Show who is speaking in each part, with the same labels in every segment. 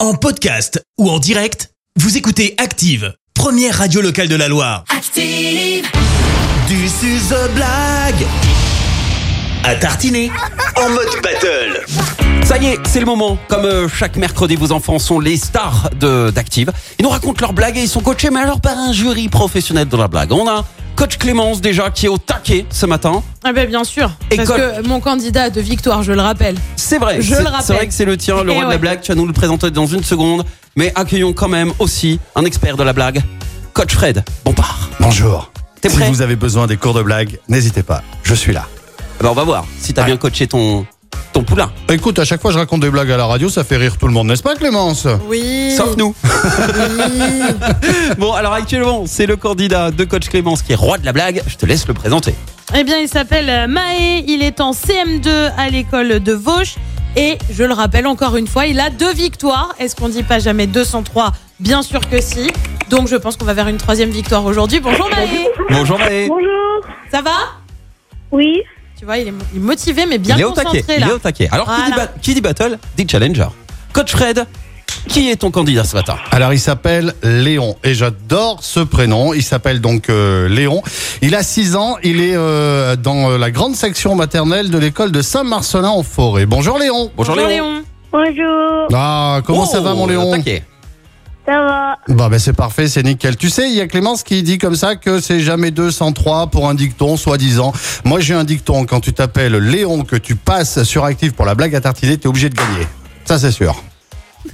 Speaker 1: En podcast ou en direct, vous écoutez Active, première radio locale de la Loire.
Speaker 2: Active,
Speaker 1: Du suze blague à tartiner en mode battle.
Speaker 3: Ça y est, c'est le moment. Comme euh, chaque mercredi, vos enfants sont les stars de d'Active. Ils nous racontent leurs blagues et ils sont coachés, mais alors par un jury professionnel de la blague. On a coach Clémence déjà qui est au taquet ce matin.
Speaker 4: Ah ben bien sûr,
Speaker 3: Et
Speaker 4: parce
Speaker 3: colle.
Speaker 4: que mon candidat de victoire, je le rappelle.
Speaker 3: C'est vrai.
Speaker 4: Je
Speaker 3: c'est-
Speaker 4: le rappelle.
Speaker 3: C'est vrai que c'est le tien, le
Speaker 4: Eh
Speaker 3: roi de la
Speaker 4: ouais.
Speaker 3: blague. Tu vas nous le présenter dans une seconde. Mais accueillons quand même aussi un expert de la blague, coach Fred. Bon part.
Speaker 5: Bonjour.
Speaker 3: T'es
Speaker 5: si
Speaker 3: prêt
Speaker 5: vous avez besoin des cours de blagues, n'hésitez pas, je suis là.
Speaker 3: Eh ben, on va voir si t'as bien coaché ton ton poulain.
Speaker 5: Bah, Écoute, à chaque fois je raconte des blagues à la radio, ça fait rire tout le monde, n'est-ce pas Clémence
Speaker 4: Oui.
Speaker 3: Sauf nous. bon, alors actuellement, c'est le candidat de coach Clémence qui est roi de la blague. Je te laisse le présenter.
Speaker 4: Eh bien, il s'appelle euh, Maé, il est en CM2 à l'école de Vosges. Et je le rappelle encore une fois, il a deux victoires. Est-ce qu'on dit pas jamais 203 Bien sûr que si. Donc je pense qu'on va vers une troisième victoire aujourd'hui. Bonjour Maé
Speaker 3: Bonjour Maë.
Speaker 6: Bonjour.
Speaker 4: Ça va
Speaker 6: Oui.
Speaker 4: Tu vois, il est, il est motivé mais bien
Speaker 3: il est au
Speaker 4: concentré
Speaker 3: taquet.
Speaker 4: là.
Speaker 3: Il est au taquet. Alors, qui, dit
Speaker 4: Voilà.
Speaker 3: ba- qui dit battle dit challenger. Coach Fred, qui est ton candidat ce matin
Speaker 5: Alors il s'appelle Léon et j'adore ce prénom, il s'appelle donc euh, Léon. Il a 6 ans, il est euh, dans euh, la grande section maternelle de l'école de Saint-Marcelin en forêt. Bonjour Léon.
Speaker 3: Bonjour, Léon.
Speaker 6: Bonjour.
Speaker 5: Ah, comment ça
Speaker 3: Oh,
Speaker 5: va mon Léon
Speaker 3: au taquet.
Speaker 6: Ça va
Speaker 5: Bah ben c'est parfait, c'est nickel. Tu sais, il y a Clémence qui dit comme ça que c'est jamais 203 pour un dicton, soi-disant. Moi j'ai un dicton, quand tu t'appelles Léon, que tu passes sur Active pour la blague à tartiner, t'es obligé de gagner. Ça c'est sûr.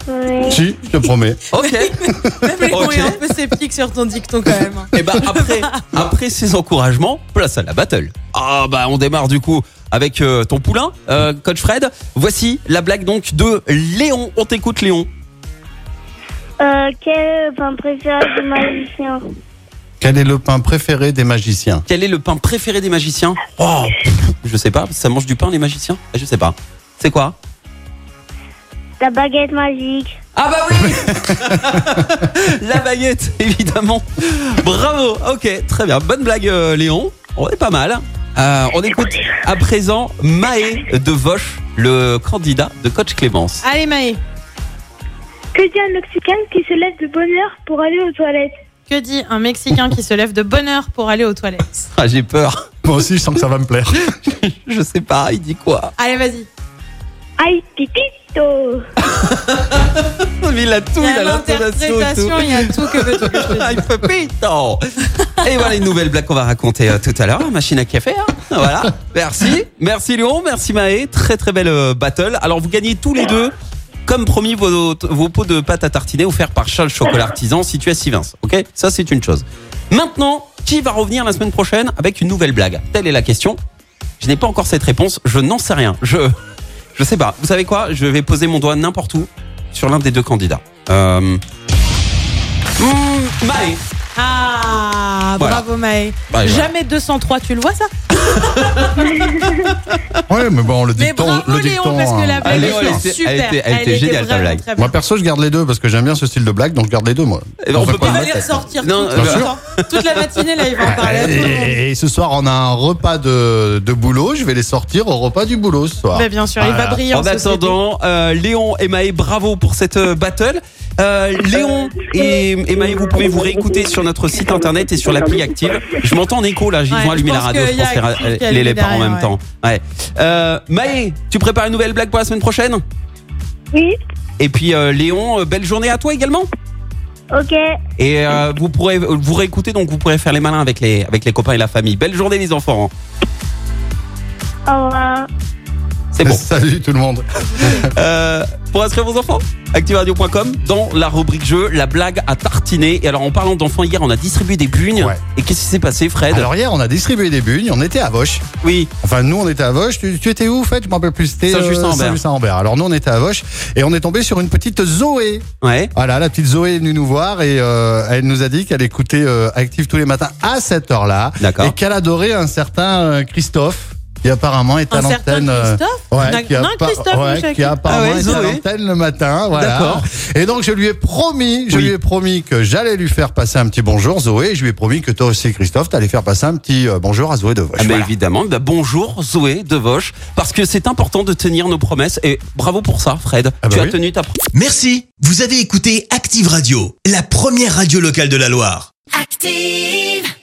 Speaker 6: Oui.
Speaker 5: Si, je te promets.
Speaker 3: Ok.
Speaker 4: Même Léon
Speaker 3: Ok.
Speaker 4: est un peu sceptique sur ton dicton quand même.
Speaker 3: Et bah après, après ces encouragements, place à la battle. Ah bah on démarre du coup avec euh, ton poulain, euh, Coach Fred. Voici la blague donc de Léon. On t'écoute Léon.
Speaker 6: Euh, quel est le pain préféré du magicien
Speaker 5: Quel est le pain préféré des magiciens
Speaker 3: Quel est le pain préféré des magiciens Oh, je sais pas. Ça mange du pain les magiciens Ah, Je sais pas. C'est quoi
Speaker 6: La baguette magique.
Speaker 3: Ah bah oui La baguette, évidemment. Bravo, ok, très bien. Bonne blague euh, Léon, on est pas mal. Euh, on écoute à présent Maé de Voche, le candidat de coach Clémence.
Speaker 4: Allez Maé,
Speaker 6: Que dit un Mexicain qui se lève de bonne heure pour aller aux toilettes
Speaker 4: que dit un Mexicain qui se lève de bonne heure pour aller aux toilettes
Speaker 3: Ah, j'ai peur,
Speaker 5: Moi aussi, je sens que ça va me plaire.
Speaker 3: je sais pas, il dit quoi
Speaker 4: Allez vas-y.
Speaker 6: Aïe, titito
Speaker 3: Il a tout,
Speaker 4: Il y
Speaker 3: il a
Speaker 4: a
Speaker 3: l'intonation et tout.
Speaker 4: l'interprétation, il y a tout que veux-tu que je te dise.
Speaker 3: Ah, il fait pétant. Et voilà une nouvelle blague qu'on va raconter euh, tout à l'heure. Machine à café. hein. Voilà. Merci. Merci Léon. Merci Maë. Très très belle euh, battle. Alors vous gagnez tous les deux, comme promis, vos, vos pots de pâte à tartiner offerts par Charles Chocolat Artisan situé à Sivins. Ok Ça c'est une chose. Maintenant, qui va revenir la semaine prochaine avec une nouvelle blague Telle est la question. Je n'ai pas encore cette réponse. Je n'en sais rien. Je je sais pas. Vous savez quoi Je vais poser mon doigt n'importe où sur l'un des deux candidats. Euh... hmm, Maë.
Speaker 4: Ah,
Speaker 3: Voilà.
Speaker 4: bravo Maë.
Speaker 3: Bah, voilà.
Speaker 4: Jamais 203, tu le vois ça
Speaker 5: Ouais, mais bon, le
Speaker 4: Mais
Speaker 5: dicton.
Speaker 4: bravo
Speaker 5: le
Speaker 4: Léon,
Speaker 5: dicton,
Speaker 4: parce que la
Speaker 5: hein.
Speaker 4: blague
Speaker 3: Léon,
Speaker 4: était,
Speaker 3: elle était-
Speaker 4: super.
Speaker 3: elle était- elle était géniale, ta
Speaker 4: vraiment
Speaker 3: blague.
Speaker 4: très
Speaker 5: Moi
Speaker 4: bien.
Speaker 5: perso, je garde les deux parce que j'aime bien ce style de blague, donc je garde les deux moi.
Speaker 3: Eh ben, on
Speaker 5: fait
Speaker 3: peut
Speaker 5: quoi
Speaker 4: Il
Speaker 3: pas-
Speaker 4: va les ressortir
Speaker 3: Non,
Speaker 4: tout,
Speaker 3: euh,
Speaker 4: tout le
Speaker 5: bien
Speaker 4: temps. Toute la matinée, là, il va en parler à tout le monde.
Speaker 5: Et, et Eh, ce soir, on a un repas de, de boulot. Je vais les sortir au repas du boulot ce soir.
Speaker 4: Mais bien sûr, il va
Speaker 5: Voilà.
Speaker 4: briller en,
Speaker 3: En
Speaker 4: société.
Speaker 3: attendant, euh, Léon et Maë, bravo pour cette euh, battle. Euh, Léon et, et Maë, vous pouvez vous réécouter sur notre site internet et sur l'appli active. Je m'entends en écho là, ils
Speaker 4: Ouais,
Speaker 3: vont allumer
Speaker 4: je
Speaker 3: la
Speaker 4: pense
Speaker 3: radio,
Speaker 4: qu'il
Speaker 3: je
Speaker 4: y a
Speaker 3: pense les ra-
Speaker 4: Active qui a
Speaker 3: les, les
Speaker 4: allumé
Speaker 3: parents en
Speaker 4: derrière,
Speaker 3: même
Speaker 4: ouais.
Speaker 3: temps. Ouais. Euh, Maë, tu prépares une nouvelle blague pour la semaine prochaine
Speaker 6: Oui.
Speaker 3: Et puis euh, Léon, euh, belle journée à toi également.
Speaker 6: Ok.
Speaker 3: Et euh, vous pourrez euh, vous réécouter, donc vous pourrez faire les malins avec les, avec les copains et la famille. Belle journée les enfants. hein.
Speaker 6: Au revoir.
Speaker 3: C'est
Speaker 5: Bah,
Speaker 3: bon.
Speaker 5: Salut tout le monde.
Speaker 3: Euh, pour inscrire vos enfants, activeradio.com dans la rubrique jeu, la blague à tartiner. Et alors en parlant d'enfants, hier on a distribué des bugnes.
Speaker 5: Ouais.
Speaker 3: Et qu'est-ce qui s'est passé Fred
Speaker 5: Alors hier, on a distribué des bugnes, on était à Vosges.
Speaker 3: Oui,
Speaker 5: Enfin, nous, on était à Vosges. Tu, tu étais où, en fait Je m'en rappelle plus. C'était euh,
Speaker 3: Saint-Just-en-Bert.
Speaker 5: Saint-Just-en-Bert. Alors nous, on était à Vosges et on est tombé sur une petite Zoé.
Speaker 3: ouais. Ah,
Speaker 5: Voilà, la petite Zoé est venue nous voir et euh, elle nous a dit qu'elle écoutait euh, Active tous les matins à cette heure-là
Speaker 3: D'accord.
Speaker 5: et qu'elle adorait un certain euh, Christophe. qui apparemment est à
Speaker 4: Un certain
Speaker 5: l'antenne. euh,
Speaker 4: Christophe
Speaker 5: Ouais,
Speaker 4: Un-
Speaker 5: qui, a hein.
Speaker 4: un Christophe, mon chèque.
Speaker 5: qui apparemment
Speaker 3: Ah ouais,
Speaker 5: est à
Speaker 3: Zoé.
Speaker 5: l'antenne le matin. Voilà.
Speaker 3: D'accord.
Speaker 5: Et donc je lui ai promis, je
Speaker 3: Oui.
Speaker 5: lui ai promis que j'allais lui faire passer un petit bonjour Zoé. Et je lui ai promis que toi aussi Christophe, t'allais faire passer un petit euh, bonjour à Zoé de Vosges.
Speaker 3: Ah bah,
Speaker 5: Voilà.
Speaker 3: évidemment, Bah, bonjour Zoé de Vosges, parce que c'est important de tenir nos promesses et bravo pour ça Fred,
Speaker 5: Ah bah
Speaker 3: tu as
Speaker 5: oui.
Speaker 3: tenu ta promesse.
Speaker 1: Merci. Vous avez écouté Active Radio, la première radio locale de la Loire.
Speaker 2: Active.